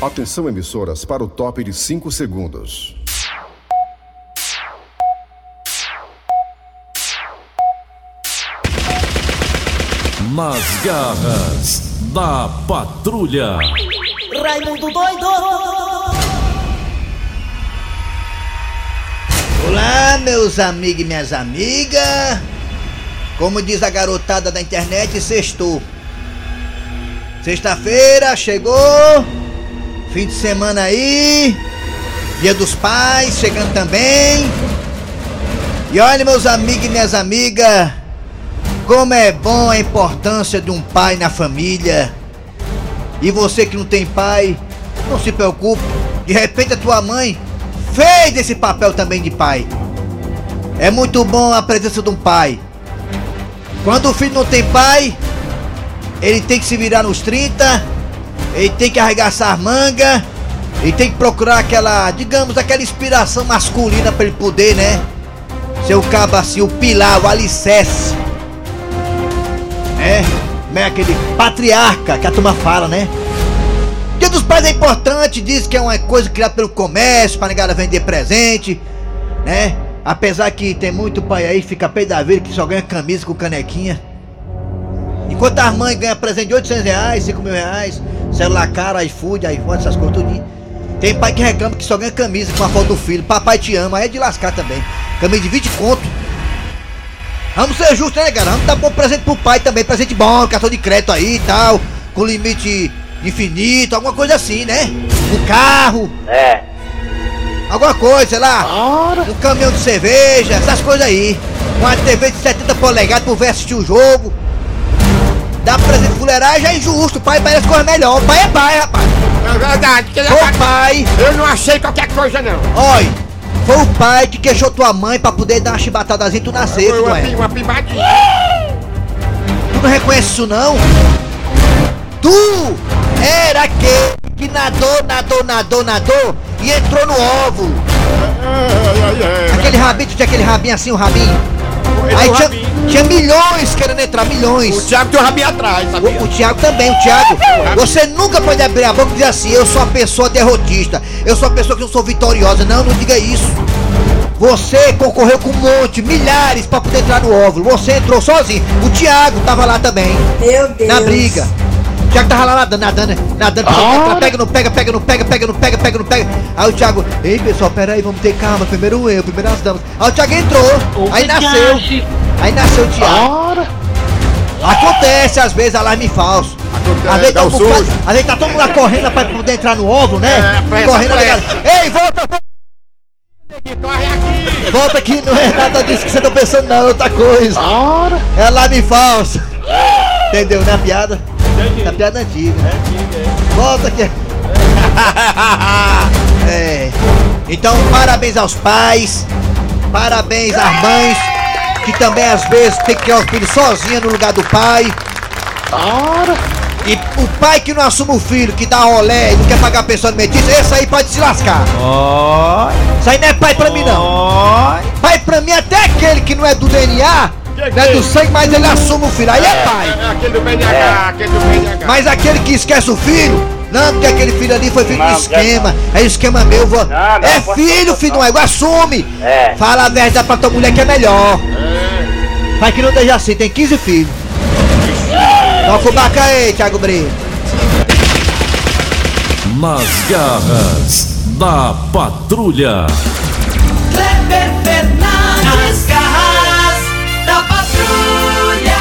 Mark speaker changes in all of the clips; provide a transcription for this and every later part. Speaker 1: Atenção, emissoras, para o top de 5 segundos.
Speaker 2: Nas garras da patrulha.
Speaker 3: Raimundo doido!
Speaker 4: Olá, meus amigos e minhas amigas. Como diz a garotada da internet, sextou. Sexta-feira chegou. Fim de semana aí. Dia dos Pais chegando também. E olha, meus amigos e minhas amigas, como é bom a importância de um pai na família. E você que não tem pai, não se preocupe. De repente a tua mãe fez esse papel também de pai. É muito bom a presença de um pai. Quando o filho não tem pai, ele tem que se virar nos 30, ele tem que arregaçar as mangas, ele tem que procurar aquela, digamos, aquela inspiração masculina para ele poder, né? Ser o cabo assim, o pilar, o alicerce. Né? Como é aquele patriarca que a turma fala, né? Dia dos Pais é importante, diz que é uma coisa criada pelo comércio, pra negada vender presente, né? Apesar que tem muito pai aí, que fica pé da vida, que só ganha camisa com canequinha. Enquanto as mães ganham presente de 800 reais, 5 mil reais, celular caro, iFood, iPhone, essas coisas tudinho. Tem pai que reclama que só ganha camisa com a foto do filho. Papai te ama, aí é de lascar também. Camisa de 20 conto. Vamos ser justos, né, galera? Vamos dar bom presente pro pai também. Presente bom, cartão de crédito aí e tal. Com limite infinito, alguma coisa assim, né? Um carro. É. Alguma coisa, sei lá. Um caminhão de cerveja, essas coisas aí. Uma TV de 70 polegadas pro velho assistir o jogo. Dá presente fuleiragem é injusto. O pai parece coisa melhor. O pai é pai, rapaz.
Speaker 5: É verdade, que ele é
Speaker 4: Ô
Speaker 5: bacana.
Speaker 4: pai,
Speaker 5: Eu não achei qualquer coisa, não.
Speaker 4: olha, foi o pai que queixou tua mãe pra poder dar uma chibatadazinha e tu nascer,
Speaker 5: Foi
Speaker 4: tu
Speaker 5: uma,
Speaker 4: é.
Speaker 5: pi- uma pimbadinha.
Speaker 4: Tu não reconhece isso não? Tu era aquele que nadou, nadou, nadou, nadou e entrou no ovo. Aquele rabinho, tu tinha aquele rabinho assim, o rabinho.
Speaker 6: é
Speaker 4: Aí tinha, tinha milhões querendo entrar,
Speaker 5: O
Speaker 4: milhões.
Speaker 5: Thiago tem o rabinho atrás, sabia?
Speaker 4: O, o Thiago também, o Thiago. Você nunca pode abrir a boca e dizer assim, eu sou uma pessoa derrotista, eu sou uma pessoa que não sou vitoriosa. Não, não diga isso. Você concorreu com um monte, milhares pra poder entrar no óvulo. Você entrou sozinho. O Thiago tava lá também
Speaker 3: Meu Deus!
Speaker 4: na briga. O Thiago tava lá nadando, nadando, nadando. Pega, não pega, pega, não pega, pega, não pega, pega, não pega. Aí o Thiago, ei pessoal, pera aí, vamos ter calma. Primeiro eu, primeiro as damas. Aí o Thiago entrou, aí nasceu. Aí nasceu o Thiago. Acontece às vezes alarme falso.
Speaker 5: Acontece,
Speaker 4: Às vezes,
Speaker 5: dá
Speaker 4: tá
Speaker 5: o
Speaker 4: com-
Speaker 5: susto.
Speaker 4: às vezes tá todo mundo lá correndo pra poder entrar no ovo, né?
Speaker 5: É, pressa,
Speaker 4: correndo,
Speaker 5: pressa.
Speaker 4: ligado? Ei, volta, volta.
Speaker 5: Corre Então é aqui.
Speaker 4: Volta aqui, não é nada disso que você tá pensando, não, é outra coisa. É alarme falso. Entendeu, né? A piada. A piada é antiga. Volta aqui. É. Então, parabéns aos pais. Parabéns às mães. Que também às vezes tem que criar os filhos sozinha no lugar do pai. E o pai que não assume o filho, que dá rolé e não quer pagar a pensão alimentícia, esse aí pode se lascar. Isso aí não é pai pra mim, não. Pai pra mim é até aquele que não é do DNA, não é do sangue, mas ele assume o filho. Aí é
Speaker 5: É,
Speaker 4: pai.
Speaker 5: é aquele do BNH, aquele do BNH.
Speaker 4: Mas aquele que esquece o filho, não, porque aquele filho ali foi filho de
Speaker 7: Não,
Speaker 4: esquema. É esquema meu, vó.
Speaker 7: Não, não,
Speaker 4: É
Speaker 7: pode-
Speaker 4: filho, filho, não é. Assume.
Speaker 7: É.
Speaker 4: Fala a verdade pra tua mulher que é melhor.
Speaker 7: É.
Speaker 4: Pai que não deixa assim, tem 15 filhos.
Speaker 7: É.
Speaker 4: Toca o baca aí, Thiago Brito.
Speaker 2: Nas garras da patrulha.
Speaker 3: Kleber Fernandes! Nas garras da patrulha!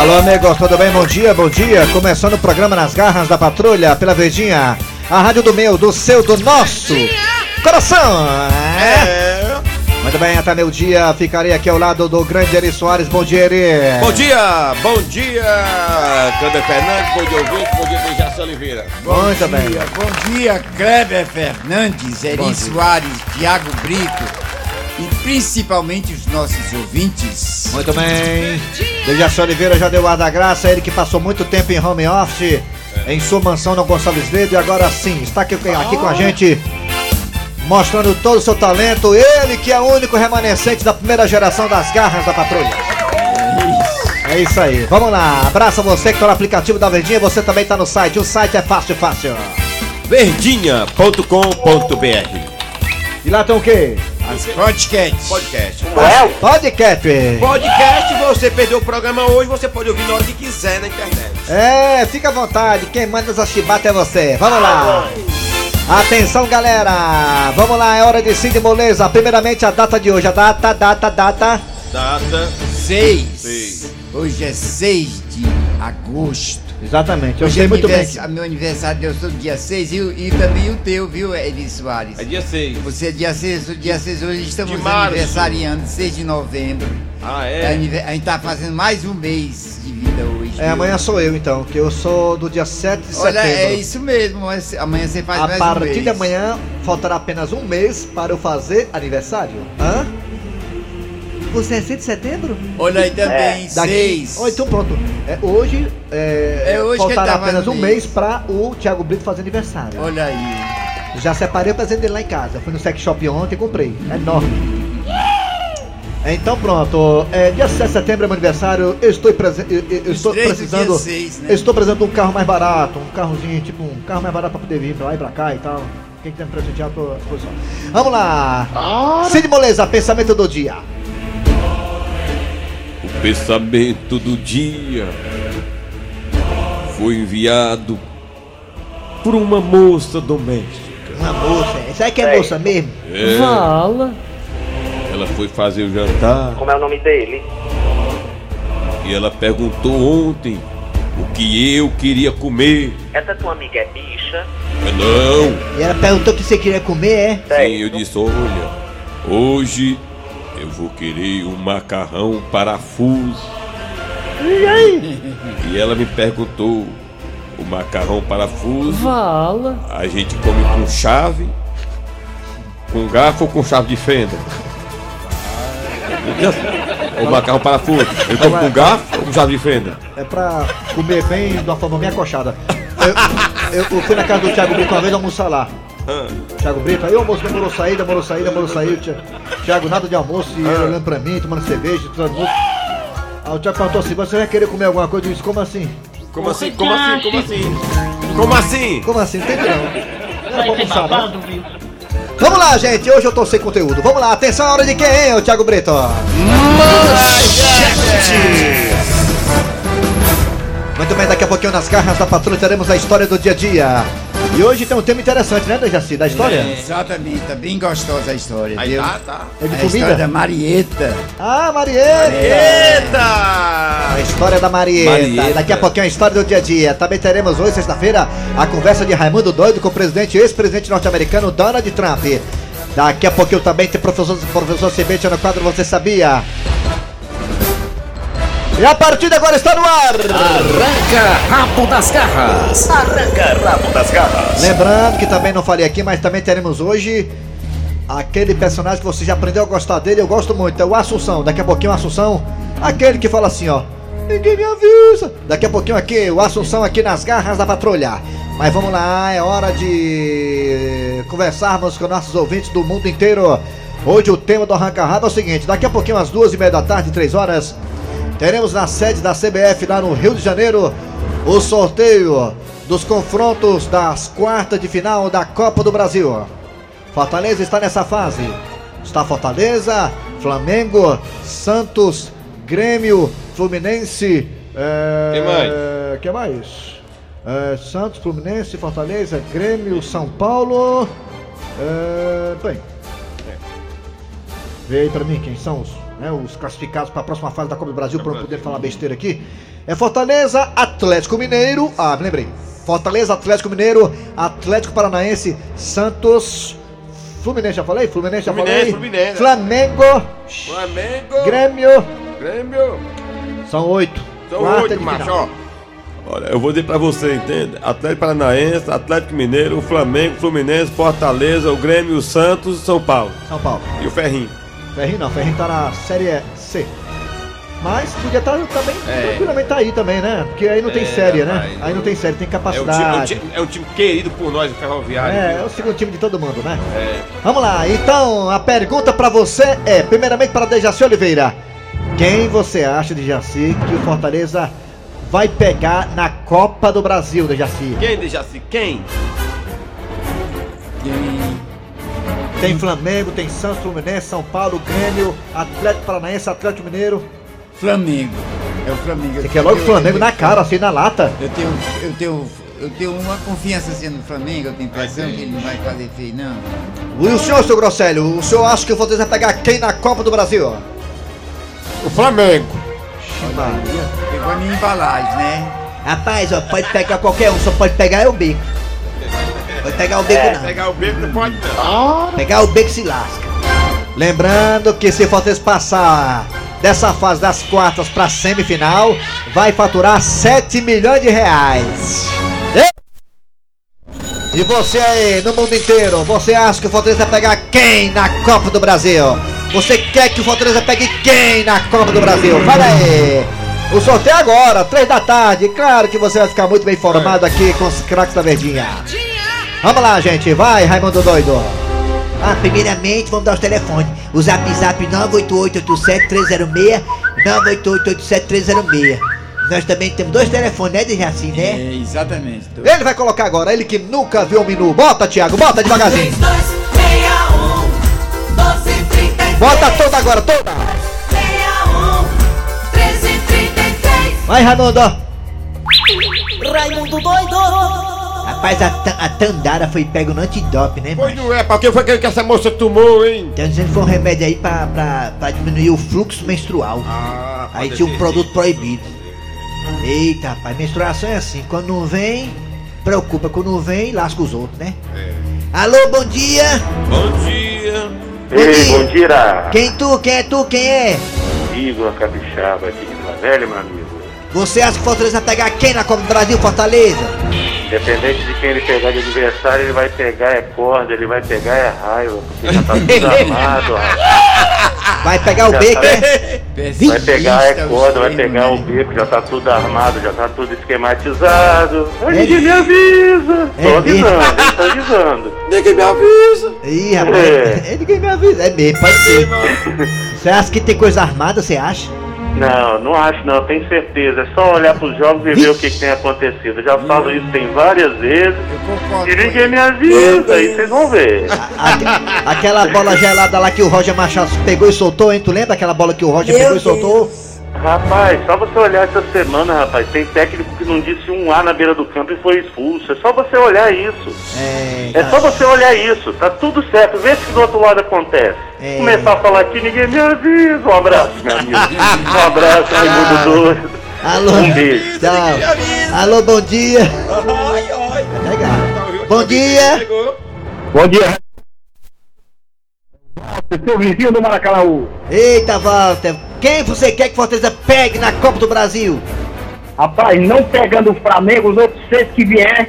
Speaker 4: Alô, amigos, tudo bem? Bom dia, bom dia. Começando o programa Nas Garras da Patrulha, pela Verdinha. A rádio do meu, do seu, do nosso coração. É. Muito bem, até meu dia. Ficarei aqui ao lado do grande Eri Soares. Bom dia, Eri.
Speaker 8: Bom dia, bom dia, Canda Fernandes, bom dia, ouvinte, bom dia, Jaci Oliveira.
Speaker 4: Muito bem.
Speaker 5: Bom dia, Kleber Fernandes, Eri Soares, Thiago Brito e principalmente os nossos ouvintes.
Speaker 4: Muito bem. Dejaci Oliveira já deu ar da graça, é ele que passou muito tempo em home office, em sua mansão no Gonçalves Ledo, e agora sim, está aqui, aqui com a gente, mostrando todo o seu talento, ele que é o único remanescente da primeira geração das garras da patrulha. É isso aí. Vamos lá. Abraça você que tá no aplicativo da Verdinha. Você também tá no site. O site é fácil, fácil.
Speaker 8: Verdinha.com.br
Speaker 4: E lá tem o quê?
Speaker 5: As podcasts.
Speaker 8: Podcast.
Speaker 4: Podcast.
Speaker 8: Podcast, você perdeu o programa hoje, você pode ouvir na hora que quiser na internet.
Speaker 4: É, fica à vontade. Quem manda essa chibata é você. Vamos lá. Atenção, galera. Vamos lá. É hora de Cid Moleza. Primeiramente, a data de hoje. A data, data, data.
Speaker 8: Data.
Speaker 5: Seis.
Speaker 8: Seis.
Speaker 5: Hoje é 6 de agosto.
Speaker 4: Exatamente. Eu
Speaker 5: Hoje
Speaker 4: sei
Speaker 5: é
Speaker 4: Então, muito bem.
Speaker 5: anivers- meu aniversário deu todo dia 6 e, o- e também o teu, viu, Eri Soares?
Speaker 8: É dia 6.
Speaker 5: Você é dia 6, eu sou dia 6 hoje estamos
Speaker 8: De março.
Speaker 5: aniversariando, 6 de novembro.
Speaker 8: Ah,
Speaker 5: É
Speaker 8: é?
Speaker 5: anive- A gente tá fazendo mais um mês de vida hoje.
Speaker 4: É,
Speaker 5: viu?
Speaker 4: amanhã sou eu, então. Que eu sou do dia 7 de
Speaker 5: Olha, é
Speaker 4: setembro.
Speaker 5: isso mesmo, mas amanhã você faz
Speaker 4: A
Speaker 5: mais um mês.
Speaker 4: partir de amanhã, faltará apenas um mês para eu fazer aniversário. Hã? Você é 6 de setembro?
Speaker 5: Olha aí também, 6.
Speaker 4: Oh, então pronto. É, hoje é,
Speaker 5: É hoje que ele
Speaker 4: faltará
Speaker 5: tá
Speaker 4: apenas um
Speaker 5: fazendo
Speaker 4: mês para o Thiago Brito fazer aniversário.
Speaker 5: Olha aí.
Speaker 4: Já separei o presente dele lá em casa. Fui no sex shop ontem e comprei. É enorme. Então pronto, é, dia 7 de setembro é meu aniversário, eu estou, presen- eu- eu- eu
Speaker 5: Os
Speaker 4: estou
Speaker 5: três do
Speaker 4: precisando.
Speaker 5: dia seis, né?
Speaker 4: Eu estou precisando de um carro mais barato, um carrozinho, tipo um carro mais barato pra poder vir pra lá e pra cá e tal. Quem quiser me presentear, tô à disposição. Vamos lá! Cid Moleza, pensamento do dia.
Speaker 8: O pensamento do dia foi enviado por uma moça doméstica.
Speaker 4: Uma moça, essa aí que é moça mesmo?
Speaker 8: Ela foi fazer o jantar. Como é o nome dele? E ela perguntou ontem o que eu queria comer.
Speaker 7: Essa tua amiga é bicha?
Speaker 8: Eu, não.
Speaker 4: E ela perguntou o que você queria comer, é?
Speaker 8: Sim, eu disse, olha, hoje eu vou querer um macarrão parafuso. E ela me perguntou, o macarrão parafuso, a gente come com chave, com garfo ou com chave de fenda? O macarrão parafuso, eu como com garfo ou com chave de fenda?
Speaker 4: É pra comer bem de uma forma bem acochada. Eu, eu- eu fui na casa do Thiago Brito uma vez almoçar lá. Thiago Brito, aí o almoço demorou sair, demorou sair, demorou sair. O Thi- Thiago, nada de almoço, e ele olhando pra mim, tomando cerveja, tomando almoço. Aí o Thiago perguntou assim: você vai querer comer alguma coisa? Eu disse: como assim?
Speaker 8: Como assim, como assim, como assim? Como assim?
Speaker 4: Como assim? Não tem não. Não é pra almoçar, não. Vamos lá, gente, hoje eu tô sem conteúdo. Vamos lá, atenção, a hora de quem, hein, ô Thiago Brito? Muito bem, daqui a pouquinho nas garras da patrulha teremos a história do dia a dia. E hoje tem um tema interessante, né, Dejaci? Da história?
Speaker 5: Exatamente, tá bem gostosa a história,
Speaker 8: Aí
Speaker 5: viu?
Speaker 8: tá, tá.
Speaker 4: É de
Speaker 5: a história da
Speaker 4: comida?
Speaker 5: Marieta.
Speaker 4: Ah, Marieta!
Speaker 8: Eita!
Speaker 4: A história da Marieta.
Speaker 8: Marieta.
Speaker 4: Daqui a pouquinho a história do dia a dia. Também teremos hoje, sexta-feira, a conversa de Raimundo Doido com o presidente e ex-presidente norte-americano Donald Trump. Daqui a pouquinho também tem professor, professor Cibete no quadro Você Sabia? E a partida agora está no ar!
Speaker 2: Rabo das garras.
Speaker 4: Lembrando que também não falei aqui, mas também teremos hoje aquele personagem que você já aprendeu a gostar dele, eu gosto muito, é o Assunção. Daqui a pouquinho o Assunção, aquele que fala assim, ó. Ninguém me avisa. Daqui a pouquinho aqui, o Assunção aqui nas garras da patrulha. Mas vamos lá, é hora de conversarmos com nossos ouvintes do mundo inteiro. Hoje o tema do Arranca Rabo é o seguinte, daqui a pouquinho às duas e meia da tarde, três horas, teremos na sede da CBF lá no Rio de Janeiro o sorteio dos confrontos das quartas de final da Copa do Brasil. Fortaleza está nessa fase. Está Fortaleza, Flamengo, Santos, Grêmio, Fluminense. É...
Speaker 8: Quem mais?
Speaker 4: que mais? É, Santos, Fluminense, Fortaleza, Grêmio, São Paulo. É, bem. Vê aí pra mim quem são os, né, os classificados para a próxima fase da Copa do Brasil para eu poder falar besteira aqui. É Fortaleza, Atlético Mineiro. Ah, me lembrei. Fortaleza, Atlético Mineiro, Atlético Paranaense, Santos, Fluminense já falei? Fluminense já
Speaker 8: Fluminense,
Speaker 4: falei?
Speaker 8: Fluminense.
Speaker 4: Flamengo,
Speaker 8: Flamengo!
Speaker 4: Grêmio.
Speaker 8: Grêmio!
Speaker 4: São oito.
Speaker 8: São
Speaker 4: Quarta de
Speaker 8: oito,
Speaker 4: final.
Speaker 8: Então, macho, ó. Olha, eu vou dizer pra você, entende? Atlético Paranaense, Atlético Mineiro, Flamengo, Fluminense, Fortaleza, o Grêmio, o Santos, São Paulo.
Speaker 4: São Paulo.
Speaker 8: E o Ferrinho.
Speaker 4: Ferrinho não, Ferrinho tá na Série C. Mas podia estar também, tranquilamente tá aí também, né? Porque aí não tem
Speaker 8: É,
Speaker 4: série, né?
Speaker 8: rapaz,
Speaker 4: Aí não tem série,
Speaker 8: É
Speaker 4: tem
Speaker 8: um, time, é um
Speaker 4: capacidade.
Speaker 8: time- é um time querido por nós, o Ferroviário.
Speaker 4: É, é o segundo time de todo mundo, né? Vamos lá, então a pergunta pra você é, primeiramente para Dejaci Oliveira. Quem você acha de Jaci que o Fortaleza vai pegar na Copa do Brasil, de Jaci?
Speaker 6: Quem, Dejaci? Quem?
Speaker 4: Tem Flamengo, tem Santos, Fluminense, São Paulo, Grêmio, Atlético Paranaense, Atlético Mineiro.
Speaker 5: Flamengo. É o Flamengo.
Speaker 4: Você quer logo o
Speaker 5: Eu-
Speaker 4: Flamengo
Speaker 5: eu-
Speaker 4: na cara, assim, na lata.
Speaker 5: Eu tenho, eu tenho, eu tenho uma confiança assim no Flamengo, eu tenho a impressão que ele não vai fazer feio, não.
Speaker 4: E o senhor, seu Grosselho, o senhor acha que o Fortaleza vai pegar quem na Copa do Brasil?
Speaker 8: O Flamengo.
Speaker 4: Maria.
Speaker 5: Pegou a minha embalagem, né?
Speaker 4: Rapaz, ó, pode pegar qualquer um, só pode pegar é o bico. Pode pegar o bico não.
Speaker 6: É, Pegar o beco não pode não.
Speaker 4: Pegar o beco se lasca. Lembrando que se Fortaleza passar dessa fase das quartas pra semifinal, vai faturar 7 milhões de reais. E- E você aí, no mundo inteiro, você acha que o Fortaleza vai pegar quem na Copa do Brasil? Você quer que o Fortaleza pegue quem na Copa do Brasil? Fala aí! O sorteio é agora, 3 da tarde. Claro que você vai ficar muito bem informado aqui com os craques da Verdinha. Vamos lá, gente, vai, Raimundo Doido. Ah, primeiramente vamos dar os telefones. O zap zap 988-87306, 988-87306. Nós também temos dois telefones, né, Dejaci, né?
Speaker 5: É, exatamente. Tô-
Speaker 4: Ele vai colocar agora, ele que nunca viu o menu. Bota, Thiago, bota devagarzinho.
Speaker 3: 3261
Speaker 4: Bota toda agora, toda.
Speaker 3: 1333
Speaker 4: Vai, Raimundo.
Speaker 3: Raimundo doido
Speaker 4: Rapaz, a, ta- a Tandara foi pega no antidop, né,
Speaker 8: Pois
Speaker 4: mano?
Speaker 6: um
Speaker 8: não é, pra que foi que essa moça tomou, hein?
Speaker 4: Estão dizendo que foi um remédio aí pra, pra, pra diminuir o fluxo menstrual.
Speaker 6: Ah,
Speaker 4: aí
Speaker 6: pode
Speaker 4: tinha um
Speaker 6: ser,
Speaker 4: produto proibido. Eita, rapaz, menstruação é assim. Quando não vem, preocupa. Quando não vem, lasca os outros, né? Alô, bom dia.
Speaker 8: É. Bom dia.
Speaker 9: Ei, bom dia,
Speaker 4: Quem tu, quem é tu, quem é?
Speaker 9: Igor Capixaba aqui de Flavelha, meu amigo.
Speaker 4: Você acha que o Fortaleza vai pegar quem na Copa do Brasil, Fortaleza?
Speaker 9: Independente de quem ele pegar de adversário, ele vai pegar é corda, ele vai pegar é raiva, porque já tá tudo armado, rapaz.
Speaker 4: Vai pegar o beco, é?
Speaker 9: Vai pegar é
Speaker 5: Pessimista,
Speaker 9: corda, vai
Speaker 5: extremo,
Speaker 9: pegar o
Speaker 5: tá né?
Speaker 9: beco, já tá tudo armado, já tá tudo esquematizado. Aí
Speaker 4: É.
Speaker 9: ninguém me avisa.
Speaker 4: É
Speaker 9: Tô
Speaker 4: mesmo.
Speaker 9: avisando, eu tô avisando.
Speaker 4: Ih, rapaz, é ninguém me avisa. É mesmo, pode ser. Você acha que tem coisa armada, você acha?
Speaker 9: Não, não acho não, tenho certeza. É só olhar pros jogos e ver o que, que tem acontecido. Eu já falo isso tem várias vezes.
Speaker 5: Eu concordo.
Speaker 9: E
Speaker 5: com
Speaker 9: ninguém
Speaker 5: ele.
Speaker 9: me avisa, aí vocês vão ver.
Speaker 4: Aque- aquela bola gelada lá que o Roger Machado pegou e soltou, hein? Tu lembra aquela bola que o Roger pegou e soltou?
Speaker 9: Rapaz, só você olhar essa semana, rapaz, tem técnico que não disse um A na beira do campo e foi expulso. É só você olhar isso.
Speaker 4: É,
Speaker 9: É
Speaker 4: tá.
Speaker 9: só você olhar isso. Tá tudo certo. Vê se do outro lado acontece.
Speaker 4: É.
Speaker 9: Começar a falar aqui, ninguém me avisa. Um abraço, meu amigo. Um abraço, Raimundo Doido.
Speaker 4: Alô,
Speaker 9: Um beijo.
Speaker 4: tchau. Alô, bom dia. Tá Legal. Bom dia.
Speaker 9: Bom dia. Seu vizinho do Maracanãú.
Speaker 4: Eita, Walter. Quem você quer que Fortaleza pegue na Copa do Brasil?
Speaker 9: Rapaz, não pegando o Flamengo, os outros seis que vier,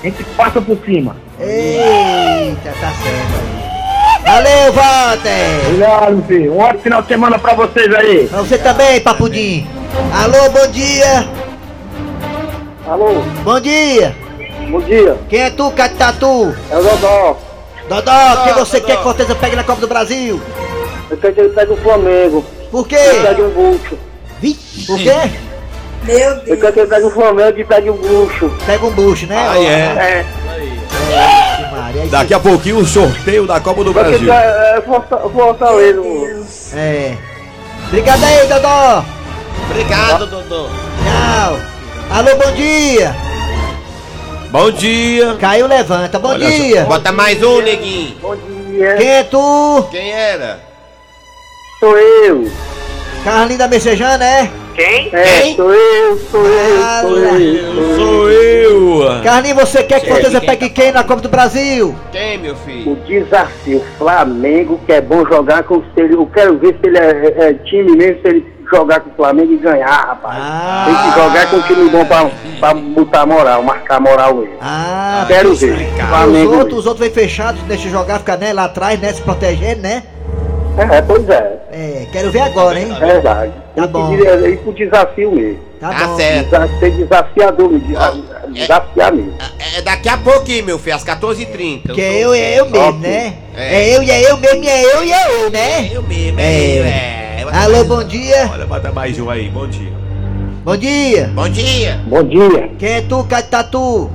Speaker 9: a gente passa por cima.
Speaker 4: Eita, tá certo. Valeu, Walter.
Speaker 9: Obrigado, filho. Um ótimo final de semana pra vocês aí.
Speaker 4: Pra você também, Papudim. Alô, bom dia.
Speaker 9: Alô,
Speaker 4: Bom dia.
Speaker 9: bom dia.
Speaker 4: Quem é tu, Catatu?
Speaker 9: É o Dodó.
Speaker 4: Dodó, quem você quer que Fortaleza pegue na Copa do Brasil?
Speaker 9: Eu quero que ele pegue o Flamengo.
Speaker 4: Por
Speaker 9: E
Speaker 4: quê?
Speaker 9: pegue um bucho.
Speaker 4: Vixe, Por quê?
Speaker 9: Eu quero que ele pegue o Flamengo e pegue um bucho.
Speaker 4: Pega um bucho, né?
Speaker 6: Ah, é.
Speaker 9: É.
Speaker 4: Ave Maria, aí
Speaker 6: Daqui a pouquinho o sorteio da Copa do
Speaker 9: Porque
Speaker 6: Brasil.
Speaker 9: é, é Forta- Fortaleza, mano.
Speaker 4: cê- É. Obrigado aí, Dodó.
Speaker 6: Obrigado, Dodô.
Speaker 4: Tchau. Alô, bom dia.
Speaker 6: Bom dia.
Speaker 4: Caiu, levanta. Bom
Speaker 6: Olha só,
Speaker 4: dia.
Speaker 6: Bota mais um, neguinho.
Speaker 9: Bom dia.
Speaker 4: Quem é tu?
Speaker 6: Quem era?
Speaker 9: Sou eu.
Speaker 4: Carlinda Messejana, é?
Speaker 7: Quem?
Speaker 9: É,
Speaker 4: Quem?
Speaker 9: sou eu, sou eu, sou eu.
Speaker 6: Sou eu.
Speaker 4: Carlinho, você quer que Fortaleza
Speaker 9: tá
Speaker 4: pegue quem na Copa do Brasil?
Speaker 6: Quem, meu
Speaker 9: O
Speaker 6: filho?
Speaker 9: desafio Flamengo, que é bom jogar com se ele. Eu quero ver se ele é, é time mesmo, se ele jogar com o Flamengo e ganhar, rapaz.
Speaker 4: Ah.
Speaker 9: Tem que jogar com um time bom pra, pra botar moral, marcar moral mesmo.
Speaker 4: Ah,
Speaker 9: quero ver.
Speaker 4: os
Speaker 9: Flamengo.
Speaker 4: outros, os outros vêm fechados, deixa jogar, fica né, lá atrás, né? Se protegendo, né?
Speaker 9: mesmo. É, pois é.
Speaker 4: É, quero ver agora, hein?
Speaker 9: É verdade.
Speaker 4: Tá bom.
Speaker 9: Tem que ir- é ir pro desafio mesmo.
Speaker 4: Tá
Speaker 5: Tá
Speaker 4: bom.
Speaker 5: certo.
Speaker 9: Desa- Ser desafiador, mesmo,
Speaker 6: Ah,
Speaker 9: desa- desafiar mesmo.
Speaker 6: É, é daqui a pouquinho, meu filho, às 14h30.
Speaker 4: Que é eu e é eu mesmo,
Speaker 9: Ok.
Speaker 4: né?
Speaker 6: É.
Speaker 4: É eu e é eu mesmo, e é eu e é eu, né?
Speaker 6: Eu mesmo,
Speaker 4: É.
Speaker 6: é eu, é. Eu
Speaker 4: Alô, bom dia.
Speaker 8: Olha, bota mais um aí, bom dia.
Speaker 4: Bom dia.
Speaker 6: Bom dia,
Speaker 9: Bom dia,
Speaker 4: Quem é tu, Catatu?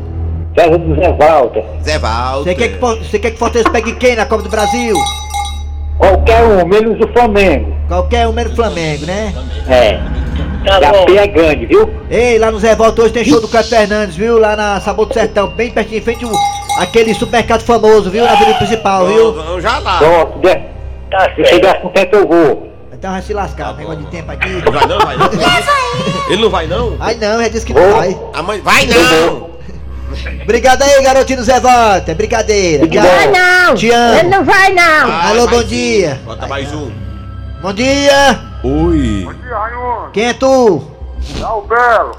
Speaker 9: César do Zé Walter.
Speaker 6: Zé Valdo.
Speaker 4: Você quer que for- você quer que Fortaleza pegue quem na Copa do Brasil?
Speaker 9: Qualquer um, menos o Flamengo.
Speaker 4: Qualquer um menos Flamengo, né?
Speaker 9: É.
Speaker 7: Tá bom.
Speaker 9: é grande, viu?
Speaker 4: Ei, lá no Zé Volta hoje tem show do Cleto Fernandes, viu? Lá na Sabor do Sertão, bem pertinho, em frente ao- àquele supermercado famoso, viu? Na avenida principal, viu?
Speaker 6: Vamos já lá.
Speaker 9: Pronto,
Speaker 7: Tá
Speaker 9: né? se chegar com tempo eu vou.
Speaker 4: Então vai se lascar, negócio de tempo aqui.
Speaker 6: Não Tá vai não, vai não. Ele não vai não?
Speaker 4: Ai não, já disse que não vai.
Speaker 6: A mãe... Vai não!
Speaker 4: Obrigado aí, garotinho Zé Volta. É brincadeira. Te
Speaker 9: Vai
Speaker 4: não! Te amo.
Speaker 10: não vai não!
Speaker 6: Ah,
Speaker 4: Alô,
Speaker 6: vai
Speaker 4: bom
Speaker 6: sim.
Speaker 4: dia. É.
Speaker 6: Bota mais um.
Speaker 4: Bom dia!
Speaker 8: Oi.
Speaker 4: Quem é tu?
Speaker 9: Dá o belo.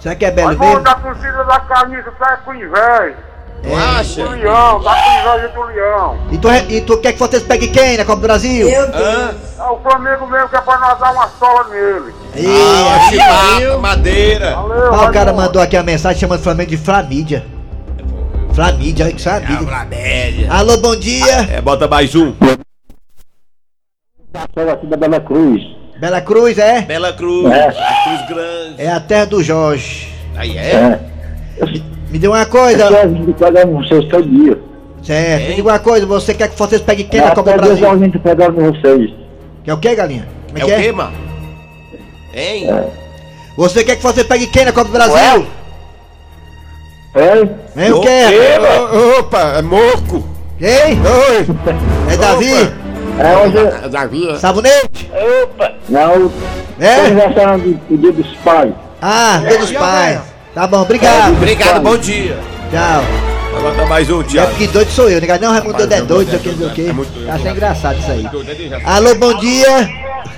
Speaker 4: Será que é belo
Speaker 9: Irmão
Speaker 4: mesmo?
Speaker 9: da torcida da camisa sai com inveja.
Speaker 6: Tu acha? Ah,
Speaker 9: Leão, tá com inveja do Leão.
Speaker 4: E tu, re- e tu quer que vocês peguem quem na Copa do Brasil? Eu.
Speaker 6: Hã?
Speaker 9: É o Flamengo mesmo que é pra nós dar uma sola nele.
Speaker 6: Ah, chibata, madeira.
Speaker 9: Valeu,
Speaker 4: Ah, o
Speaker 9: vai
Speaker 4: cara
Speaker 9: embora.
Speaker 4: mandou aqui uma mensagem chamando o Flamengo de Flamídia.
Speaker 6: É
Speaker 4: Flamídia, olha que isso é uma mídia.
Speaker 6: Abra
Speaker 4: Alô, bom dia.
Speaker 6: É, bota mais um.
Speaker 9: Sou aqui da Bela Cruz.
Speaker 4: Bela Cruz, é?
Speaker 6: Bela Cruz,
Speaker 9: É.
Speaker 6: a Cruz Grande.
Speaker 4: É a terra do Jorge.
Speaker 6: Aí é?
Speaker 4: Me diga uma coisa.
Speaker 9: de cada um seus seu dia.
Speaker 4: Certo, me diga uma coisa. Você quer que vocês peguem quem na Copa do Brasil?
Speaker 9: gente um pegar com vocês.
Speaker 4: Quer o quê, galinha? Como
Speaker 6: É
Speaker 4: é
Speaker 6: o
Speaker 4: que
Speaker 6: quê,
Speaker 4: é?
Speaker 6: mano? Hein?
Speaker 4: Você quer que vocês peguem quem na Copa do Brasil?
Speaker 9: É?
Speaker 4: Vem o quê?
Speaker 8: Ê, ô, Opa, é morco.
Speaker 4: Quem?
Speaker 8: Oi.
Speaker 4: É Davi?
Speaker 9: É hoje.
Speaker 6: Davi.
Speaker 4: Sabonete?
Speaker 9: Não,
Speaker 4: É?
Speaker 9: aniversário do dia dos pais.
Speaker 4: Ah, Deus dos pais. Tá bom, obrigado.
Speaker 6: Obrigado, bom dia.
Speaker 4: Tchau.
Speaker 6: Vai botar mais um,
Speaker 4: É
Speaker 6: Thiago.
Speaker 4: porque doido sou eu, negado. Não, Raimundo doido é doido, sei o que, sei o que. Tá sendo engraçado isso aí. Alô, bom dia.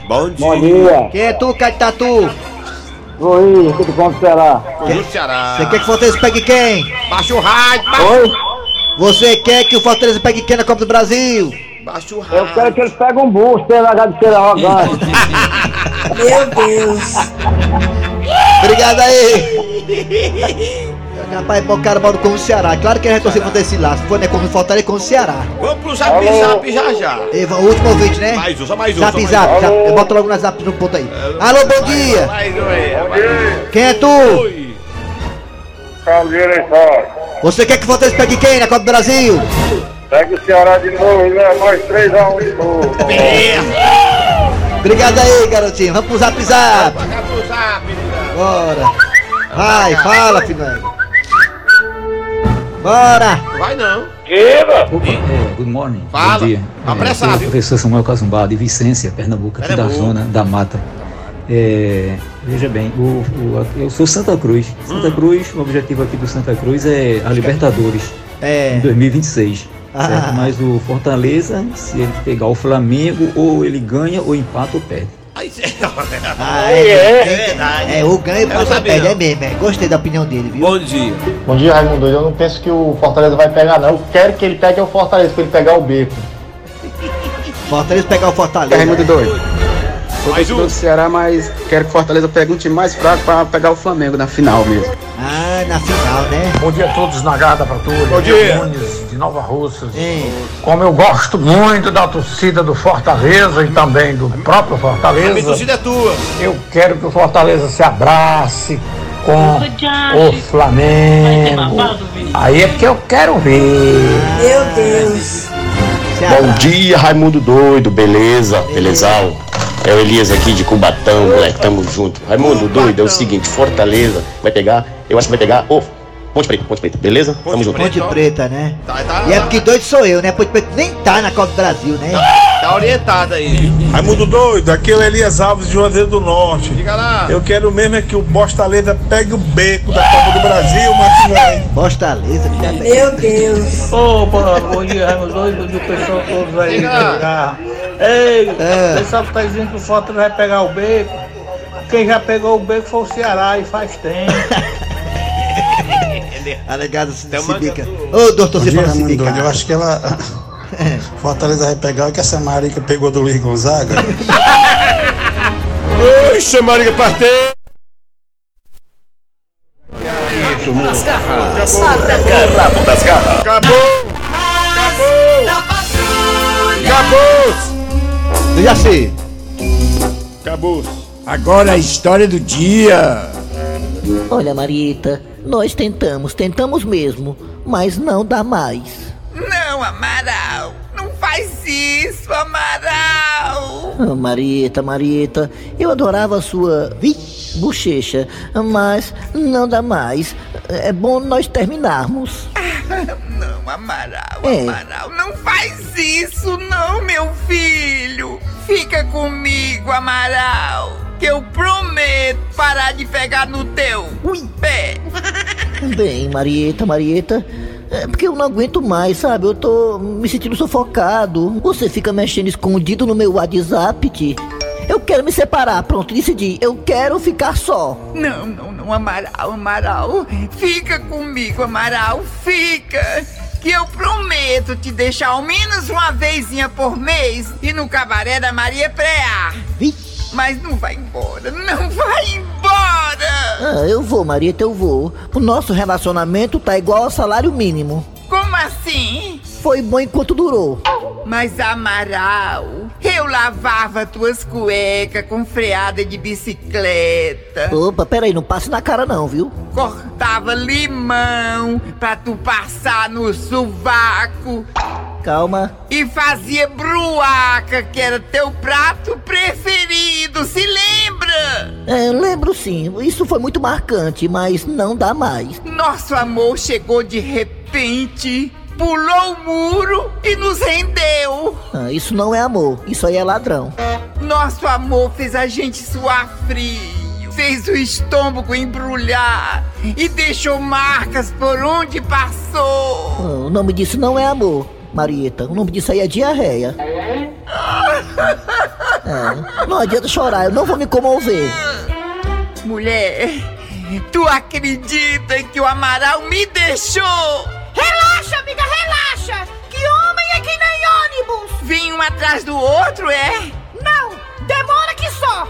Speaker 6: Bom dia.
Speaker 9: Bom dia.
Speaker 4: Quem é tu, Catatu?
Speaker 9: Oi, tudo bom, será?
Speaker 6: Conjunto Ceará.
Speaker 4: Você quer que o Fortaleza pegue quem?
Speaker 6: Baixa o rádio, ba-
Speaker 9: Oi?
Speaker 4: Você quer que o Fortaleza pegue quem na Copa do Brasil?
Speaker 6: baixa o rádio.
Speaker 9: Eu quero que eles peguem um busto, pelo H de ser arrogante.
Speaker 4: Obrigado aí. Rapaz, bom cara mora com o Ceará. Claro que a gente torceu contra esse lá. Se for, né? Como o Fortaleza, com o Ceará.
Speaker 6: Vamos pro zap zap já já.
Speaker 4: Eva, o último ouvinte, né?
Speaker 6: Mais um, só mais um. só
Speaker 4: Zap,
Speaker 6: mais
Speaker 4: zap, zap. Eu boto logo no zap no ponto aí. Alô, bom
Speaker 6: um.
Speaker 4: dia.
Speaker 6: Mais um aí. mais um.
Speaker 4: Quem é tu?
Speaker 8: Oi.
Speaker 9: Caldeira e fora.
Speaker 4: Você quer que o Fortaleza pegue quem na Copa do Brasil?
Speaker 9: Pega o Ceará de novo, né? Mais 3x1 de novo.
Speaker 6: Pé.
Speaker 4: Obrigado aí, garotinho. Vamos pro zap, zap.
Speaker 6: Vai pro zap, menina.
Speaker 4: Bora! Vai, fala, filhão! Bora!
Speaker 6: Vai não.
Speaker 11: Oh, Good morning.
Speaker 6: Fala.
Speaker 11: Bom dia.
Speaker 6: Tá apressado,
Speaker 11: É,
Speaker 6: viu?
Speaker 11: professor Samuel Casumbá, de Vicência, Pernambuco, aqui da
Speaker 6: Pernambuco.
Speaker 11: zona né, da mata. É, veja bem, o- o- eu sou Santa Cruz. Santa
Speaker 12: Hum.
Speaker 11: Cruz, o objetivo aqui do Santa Cruz é a Libertadores em
Speaker 4: É.
Speaker 11: 2026.
Speaker 4: Ah.
Speaker 11: certo? Mas o Fortaleza, se ele pegar o Flamengo, ou ele ganha, ou empata ou perde.
Speaker 6: Aí cê-
Speaker 4: Ah, é, é,
Speaker 6: é verdade.
Speaker 4: É, o ganho
Speaker 6: Eu não
Speaker 4: passa a
Speaker 6: sabia,
Speaker 4: pele,
Speaker 6: não.
Speaker 4: é mesmo, é. Gostei da opinião dele, viu?
Speaker 6: Bom dia.
Speaker 9: Bom dia, Raimundo. Eu não penso que o Fortaleza vai pegar, não. Eu quero que ele pegue o Fortaleza, pra ele pegar o beco.
Speaker 4: Fortaleza pegar o Fortaleza. né?
Speaker 12: doido.
Speaker 6: Mais um.
Speaker 12: Ceará, mas quero que Fortaleza pegue um time mais fraco pra pegar o Flamengo na final mesmo.
Speaker 4: Ah, na final, né?
Speaker 12: Bom dia a todos na Garda Patrulha.
Speaker 6: Bom dia.
Speaker 12: Nunes, de Nova Russas.
Speaker 4: Hein?
Speaker 12: Como eu gosto muito da torcida do Fortaleza e também do próprio
Speaker 6: A minha
Speaker 12: Fortaleza,
Speaker 6: torcida é tua.
Speaker 12: eu quero que o Fortaleza se abrace com o Flamengo. Aí é porque eu quero ver.
Speaker 4: Ceará.
Speaker 12: dia, Raimundo Doido, beleza? Belezão? É o Elias aqui de Cubatão, moleque, tamo junto. Raimundo Doido, é o seguinte, Fortaleza vai pegar, eu acho que vai pegar o Ponte Preta, Ponte Preta, beleza?
Speaker 6: Ponte Preta.
Speaker 4: Ponte Preta, né?
Speaker 6: Tá, tá,
Speaker 4: E é porque doido sou eu, né? Ponte Preta nem tá na Copa do Brasil, né?
Speaker 6: tá orientada aí.
Speaker 12: Raimundo Doido, aqui é o Elias Alves de Juazeiro do Norte.
Speaker 6: Diga lá.
Speaker 12: Eu quero mesmo é que o Bostaleda pegue o beco da Copa do Brasil, Martinho.
Speaker 4: Fortaleza, tá- cara.
Speaker 11: Opa, bom dia, Raimundo Doido, bom dia, pessoal todo aí. Ah, Ei,
Speaker 4: É.
Speaker 11: pessoal que tá dizendo que o Fortaleza vai pegar o beco. Quem já pegou o beco foi o Ceará e faz tempo.
Speaker 4: Alegado Tá se bica. Ô, doutor, você fala se bica.
Speaker 12: acho que ela. Fortaleza vai pegar o que essa marica pegou do Luiz Gonzaga.
Speaker 8: Oi, chamariga parteira.
Speaker 3: da patrulha.
Speaker 8: Acabou.
Speaker 4: Eu já sei.
Speaker 8: Acabou.
Speaker 5: Agora a história do dia.
Speaker 10: Olha, Marieta, nós tentamos, tentamos mesmo, mas não dá mais.
Speaker 13: Não, Amaral! Não faz isso, Amaral!
Speaker 10: Ah, Marieta, Marieta, eu adorava a sua vi, bochecha, mas não dá mais. É bom nós terminarmos.
Speaker 13: Não, Amaral,
Speaker 10: É.
Speaker 13: Amaral, não faz isso, não, meu filho! Fica comigo, Amaral! Que eu prometo parar de pegar no teu pé!
Speaker 10: Bem, Marieta, Marieta, é porque eu não aguento mais, sabe? Eu tô me sentindo sufocado. Você fica mexendo escondido no meu WhatsApp, Ti. Eu quero me separar, pronto, decidi. Eu quero ficar só.
Speaker 13: Não, não, não, Amaral, Amaral. Fica comigo, Amaral, fica. Que eu prometo te deixar ao menos uma vezinha por mês e no cabaré da Maria Preá. Mas não vai embora, não vai embora!
Speaker 10: Ah, eu vou, Marieta, eu vou. O nosso relacionamento tá igual ao salário mínimo.
Speaker 13: Como assim?
Speaker 10: Foi bom enquanto durou.
Speaker 13: Mas Amaral, eu lavava tuas cuecas com freada de bicicleta.
Speaker 10: Opa, peraí, não passe na cara não, viu?
Speaker 13: Cortava limão pra tu passar no sovaco.
Speaker 10: Calma.
Speaker 13: E fazia bruaca, que era teu prato preferido, se lembra?
Speaker 10: É, lembro sim, isso foi muito marcante, mas não dá mais.
Speaker 13: Nosso amor chegou de repente, pulou o muro e nos rendeu.
Speaker 10: Ah, isso não é amor, isso aí é ladrão.
Speaker 13: Nosso amor fez a gente suar frio, fez o estômago embrulhar e deixou marcas por onde passou.
Speaker 10: Ah, o nome disso não é amor, Marieta. O nome disso aí é diarreia. É, não adianta chorar, eu não vou me comover.
Speaker 13: Mulher, tu acredita que o Amaral me deixou? Relaxa, amiga, relaxa! Que homem é que nem ônibus! Vem um atrás do outro, é? Não, demora que só!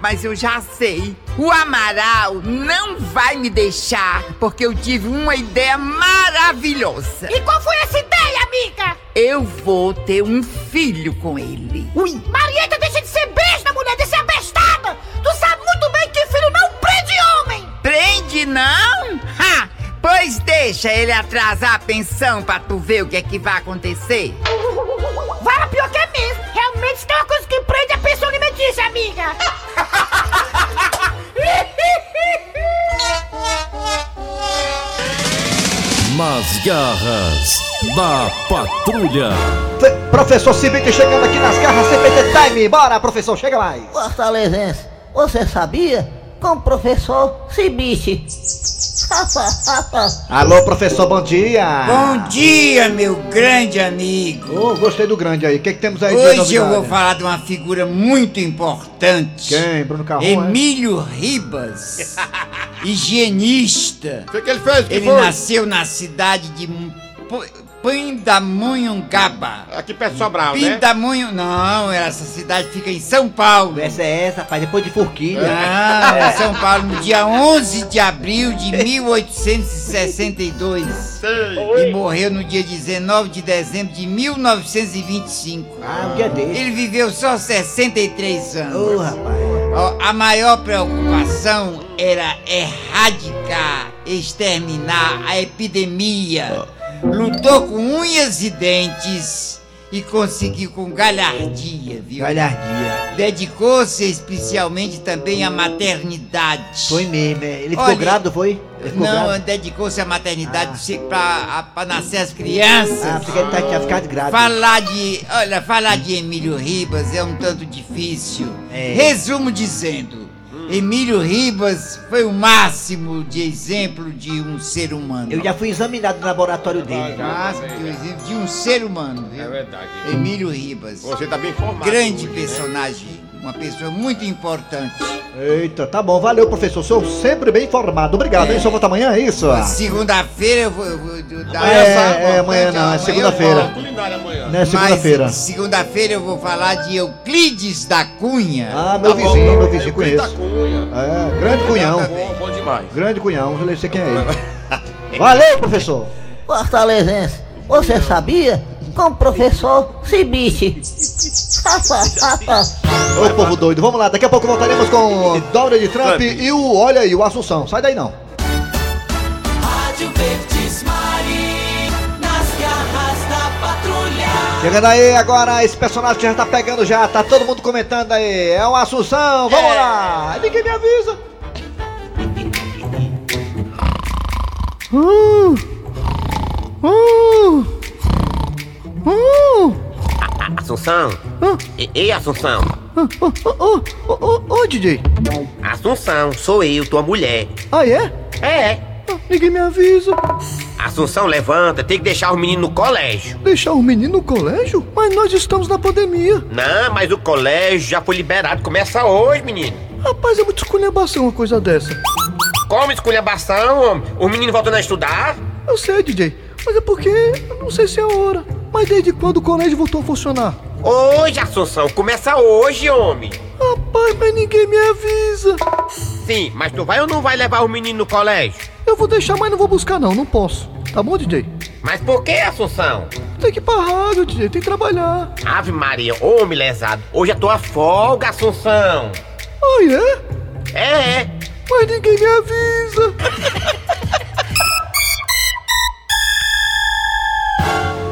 Speaker 13: Mas eu já sei, o Amaral não vai me deixar, porque eu tive uma ideia maravilhosa. E qual foi essa ideia, amiga? Eu vou ter um filho com ele. Ui!
Speaker 3: Marieta, deixa de ser besta, mulher, de ser abestada! Tu sabe muito bem que filho não prende homem!
Speaker 13: Prende não? Ha! Pois deixa ele atrasar a pensão pra tu ver o que é que vai acontecer.
Speaker 3: Vara pior que é mesmo! Realmente se tem uma coisa que prende a pensão alimentícia, amiga!
Speaker 14: Nas garras da patrulha.
Speaker 4: Professor CBT chegando aqui nas garras CBT Time. Bora, professor, chega mais.
Speaker 10: Fortalezense, você sabia? Com o professor Cibite.
Speaker 4: Alô, professor, bom dia.
Speaker 5: Bom dia, meu grande amigo.
Speaker 4: Oh, gostei do grande aí. O que, que temos aí de
Speaker 5: Hoje eu
Speaker 4: novidade?
Speaker 5: vou falar de uma figura muito importante.
Speaker 4: Quem? Bruno Carrão, é?
Speaker 5: Emílio Ribas, higienista.
Speaker 6: Foi que ele fez, que
Speaker 5: Ele
Speaker 6: foi?
Speaker 5: nasceu na cidade de M- P- Pindamonhangaba.
Speaker 6: Aqui perto de Sobral, né?
Speaker 5: Pindamonho... Não, essa cidade fica em São Paulo.
Speaker 4: Essa é essa, rapaz. Depois de Forquilha.
Speaker 5: Não, é São Paulo, no dia 11 de abril de 1862. E morreu no dia 19 de dezembro de 1925. Ah,
Speaker 4: o dia desse.
Speaker 5: Ele viveu só 63 anos.
Speaker 4: Ô, rapaz.
Speaker 5: Ó, A maior preocupação era erradicar, exterminar a epidemia. Lutou com unhas e dentes e conseguiu com galhardia, viu?
Speaker 4: Galhardia.
Speaker 5: Dedicou-se especialmente também à maternidade.
Speaker 4: Foi mesmo, é. Ele ficou
Speaker 5: Olha,
Speaker 4: grado, foi? Ele ficou
Speaker 5: Não,
Speaker 4: grado.
Speaker 5: dedicou-se à maternidade para nascer as crianças.
Speaker 4: Ah, porque ele tá, tinha ficado grado.
Speaker 5: Falar de. Olha, falar de Emílio Ribas é um tanto difícil.
Speaker 4: É.
Speaker 5: Resumo dizendo: Emílio Ribas foi o máximo de exemplo de um ser humano.
Speaker 4: Eu já fui examinado no laboratório dele.
Speaker 5: Máximo de um exemplo de um ser humano, viu? É verdade. Emílio Ribas.
Speaker 6: Você tá bem formado.
Speaker 5: Grande personagem. Uma pessoa muito importante.
Speaker 4: Eita, tá bom. Valeu, professor. Sou sempre bem informado. Obrigado, hein? Só volta amanhã, é isso?
Speaker 5: Segunda-feira eu vou, eu vou dar
Speaker 4: Amanhã é- é amanhã não, é
Speaker 5: eu
Speaker 4: segunda-feira.
Speaker 5: volto.
Speaker 6: Culinária amanhã.
Speaker 4: Né, segunda-feira.
Speaker 5: Mas Segunda-feira eu vou falar de Euclides da Cunha.
Speaker 4: Ah, meu vizinho, meu vizinho, conheço. É, grande cunhão.
Speaker 6: Bom, bom demais.
Speaker 4: Grande cunhão, eu sei quem é ele. Valeu, professor.
Speaker 10: Fortalezense,
Speaker 15: Você sabia? Com o professor Cibiche.
Speaker 4: Ô povo doido, vamos lá, daqui a pouco voltaremos com Dória de Trump e o Olha aí, o Assunção. Sai daí não.
Speaker 16: Rádio Verdes Mari, nas garras da patrulha.
Speaker 4: Chegando aí agora, esse personagem já tá pegando já, tá todo mundo comentando aí. É o Assunção, vamos lá! Ninguém me avisa!
Speaker 16: Uh, uh, uh.
Speaker 6: Assunção? E- Ei, Assunção?
Speaker 16: Ô, ô, ô, ô, ô, DJ.
Speaker 6: Assunção, sou eu, tua mulher.
Speaker 16: Ah, é? É. Ninguém me avisa.
Speaker 6: Assunção, levanta, tem que deixar os meninos no colégio.
Speaker 16: Deixar o menino no colégio? Mas nós estamos na pandemia.
Speaker 6: Não, mas o colégio já foi liberado, começa hoje, menino.
Speaker 16: Rapaz, é muito esculhambação uma coisa dessa.
Speaker 6: Como esculhambação, homem? Os meninos voltando a estudar?
Speaker 16: Eu sei, DJ, mas é porque eu não sei se é a hora. Mas desde quando o colégio voltou a funcionar?
Speaker 6: Hoje, Assunção, começa hoje, homem.
Speaker 16: Rapaz, mas ninguém me avisa.
Speaker 6: Sim, mas tu vai ou não vai levar os meninos no colégio?
Speaker 16: Eu vou deixar, mas não vou buscar não, não posso. Tá bom, DJ?
Speaker 6: Mas por que, Assunção?
Speaker 16: Tem que ir pra rádio, DJ, tem que trabalhar.
Speaker 6: Ave Maria, homem lesado, hoje é tua folga, Assunção.
Speaker 16: Ah,
Speaker 8: Oh,
Speaker 6: é? É, é.
Speaker 16: Mas ninguém me avisa.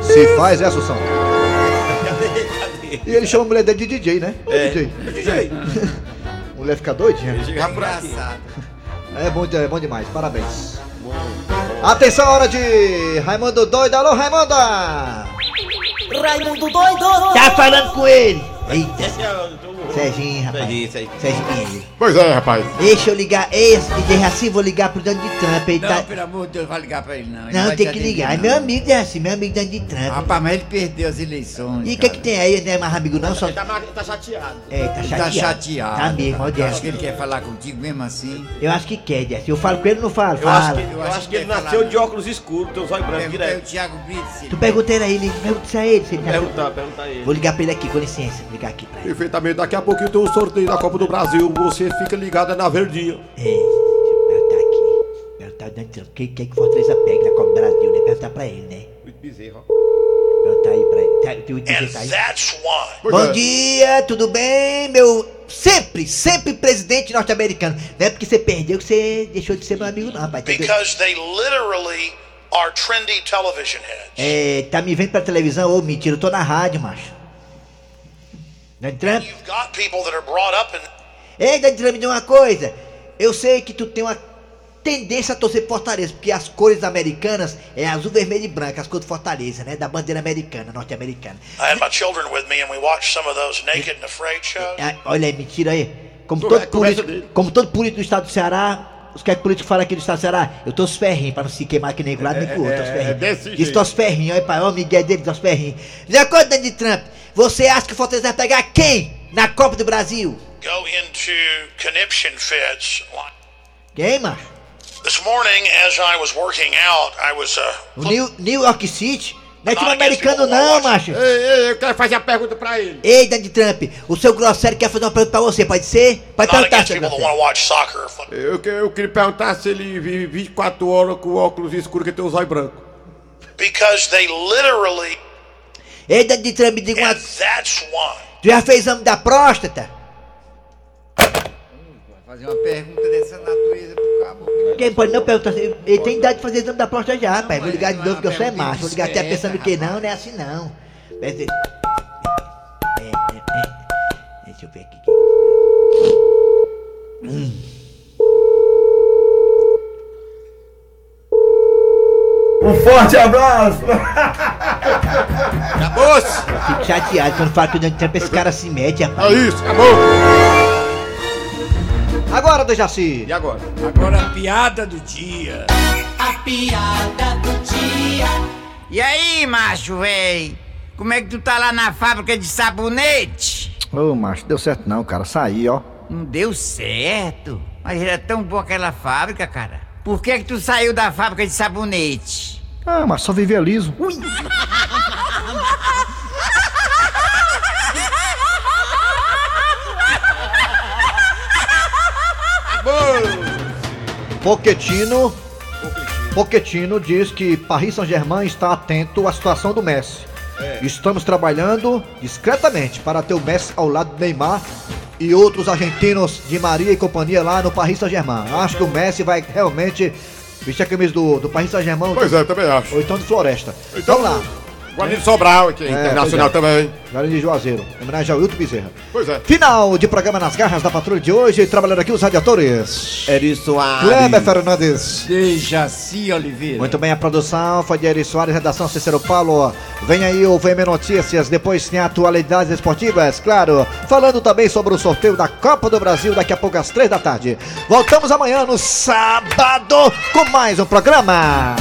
Speaker 4: Se faz, é Assunção. E ele chama a mulher dele de DJ,
Speaker 17: É,
Speaker 4: né? Ô, DJ.
Speaker 17: DJ.
Speaker 4: mulher fica doidinha.
Speaker 17: Engraçado.
Speaker 4: É bom, é bom demais, parabéns. Atenção, hora de Raimundo Doido. Alô, Raimunda!
Speaker 16: Raimundo doido.
Speaker 4: Tá falando com ele. Eita. Serginho, rapaz. Serginho Pinheiro.
Speaker 8: Pois é, rapaz.
Speaker 4: Deixa eu ligar esse DJ Raci, vou ligar pro dono de Trump. Ele tá...
Speaker 17: Não, pelo amor de Deus, vai ligar pra ele não. Ele
Speaker 4: Não,
Speaker 17: vai
Speaker 4: tem
Speaker 17: te
Speaker 4: que
Speaker 17: atender,
Speaker 4: ligar. É
Speaker 17: não.
Speaker 4: meu amigo DJ Raci, meu amigo dono de Trump.
Speaker 17: Rapaz, mas ele perdeu as eleições.
Speaker 4: E o que que tem aí, né, mais amigo não? Só...
Speaker 17: Tá chateado.
Speaker 4: É, tá
Speaker 17: Tá
Speaker 4: chateado.
Speaker 17: chateado.
Speaker 4: Tá mesmo, ó,
Speaker 17: Eu
Speaker 4: Deus.
Speaker 17: acho que ele quer falar contigo mesmo assim.
Speaker 4: Eu acho que quer, Jess. Eu falo com ele ou não falo?
Speaker 17: Eu acho
Speaker 4: Fala.
Speaker 17: que- eu
Speaker 18: Eu acho que ele
Speaker 17: Vai falar,
Speaker 18: nasceu
Speaker 17: né?
Speaker 18: de óculos escuros, tem os olhos brancos
Speaker 17: Perguntei o
Speaker 18: direto.
Speaker 17: Thiago Brito se
Speaker 4: Tu pergunta ele aí, ele pergunta isso a ele. Se ele tá-
Speaker 18: Perguntar, perguntar a ele.
Speaker 4: Vou ligar pra ele aqui, com licença. Vou ligar aqui pra ele.
Speaker 8: Perfeitamente, daqui a pouquinho tem o sorteio da Copa do Brasil. Você fica ligada na verdinha.
Speaker 4: Perguntar o Donald Trump. Quem quer que Fortaleza pegue na Copa do Brasil, né? Perguntar pra ele, né? Perguntar aí pra ele. Tá, tu, tu, tu,
Speaker 18: É
Speaker 4: tá aí. Bom dia, tudo bem, meu sempre, sempre presidente norte-americano. Não é porque você perdeu que você deixou de ser meu amigo, não, rapaz. entendeu?
Speaker 9: Because they literally are trendy television heads.
Speaker 4: É, tá me vendo pra televisão? Ô, mentira, eu tô na rádio, macho. é Donald Trump?
Speaker 9: You've got people that are brought up in
Speaker 4: Ei, Donald Trump, me diz uma coisa. Eu sei que tu tem uma tendência a torcer pro Fortaleza, porque as cores americanas é azul, vermelho e branco, as cores do Fortaleza, né? Da bandeira americana, norte-americana.
Speaker 9: I had my children with me, and we watched some of those Naked and Afraid shows.
Speaker 4: Ah, Olha aí, mentira aí. Como
Speaker 9: Conver-
Speaker 15: é,
Speaker 4: todo,
Speaker 9: conversa
Speaker 4: político, como todo político do estado do Ceará, os que é político fala aqui do estado do Ceará, eu tô os ferrinhos, pra não se queimar que nem com lado nem com o outro, os
Speaker 15: é, é desse
Speaker 4: ferrinhos. Isso,
Speaker 15: jeito.
Speaker 4: tô os ferrinhos, olha pai, olha o Miguel dele, tô os ferrinhos. De acordo, Donald Trump, você acha que o Fortaleza vai pegar quem na Copa do Brasil?
Speaker 9: Go into conniption fits. Like,
Speaker 4: Quem, macho?
Speaker 9: This morning, as I was working out, I was uh,
Speaker 4: O New, New York City? Não é time americano não, macho. Ei,
Speaker 8: ei, eu quero fazer a pergunta pra ele.
Speaker 4: Ei, Donald Trump, o seu Grosselio quer fazer uma pergunta pra você, pode ser? Pode
Speaker 9: not
Speaker 4: perguntar,
Speaker 9: against
Speaker 4: seu
Speaker 9: people that
Speaker 4: Grosselio.
Speaker 9: want to watch soccer. or football.
Speaker 8: Eu, que- eu queria perguntar se ele vive 24 horas com óculos escuros que tem os olhos brancos.
Speaker 9: Because they literally,
Speaker 4: Ei, Donald Trump, me diga uma...
Speaker 9: and that's why.
Speaker 4: Tu já fez exame da próstata?
Speaker 17: Fazer uma pergunta dessa natureza pro cabo.
Speaker 4: Quem pode não perguntar? Ele ele tem idade de fazer exame da próstata já, pai. Vou ligar de novo porque eu sou é macho. Vou ligar até
Speaker 17: discreta,
Speaker 4: pensando que não, não é assim não. Mas, é, é, é, é. Deixa eu ver aqui. Hum.
Speaker 19: Um forte abraço!
Speaker 4: Acabou-se! Eu fico chateado quando falo que o Donald Trump, é esse cara se mete, rapaz.
Speaker 8: É isso, acabou!
Speaker 4: Agora, Dejaci! E
Speaker 8: agora?
Speaker 17: Agora a piada do dia.
Speaker 5: A piada do dia. E aí, macho, véi? Como é que tu tá lá na fábrica de sabonete?
Speaker 19: Ô, macho, deu certo não, cara. Saí, ó.
Speaker 5: Não deu certo. Mas era tão boa aquela fábrica, cara. Por que que tu saiu da fábrica de sabonete?
Speaker 19: Ah, mas só viver liso.
Speaker 4: Poquetino. Pochettino diz que Paris Saint-Germain está atento à situação do Messi.
Speaker 5: É.
Speaker 4: Estamos trabalhando discretamente para ter o Messi ao lado do Neymar e outros argentinos de Maria e companhia lá no Paris Saint-Germain. Acho que o Messi vai realmente vestir a camisa do, do Paris Saint-Germain. um
Speaker 20: Pois é, também acho.
Speaker 4: Ou então do Floresta.
Speaker 20: Então,
Speaker 4: Vamos lá.
Speaker 20: Guarani de Sobral, que é internacional
Speaker 4: pois
Speaker 20: também.
Speaker 4: Guarani de Juazeiro. Em homenagem ao Hilton Bezerra.
Speaker 20: Pois é.
Speaker 4: Final de programa nas garras da patrulha de hoje. Trabalhando aqui os radiadores.
Speaker 5: Eri Soares.
Speaker 4: Kleber Fernandes.
Speaker 5: De Jaci Oliveira.
Speaker 4: Muito bem, a produção foi de Eri Soares, redação Cícero Paulo. Vem aí o VM Notícias, depois tem atualidades esportivas, claro. Falando também sobre o sorteio da Copa do Brasil daqui a pouco às três da tarde. Voltamos amanhã no sábado com mais um programa.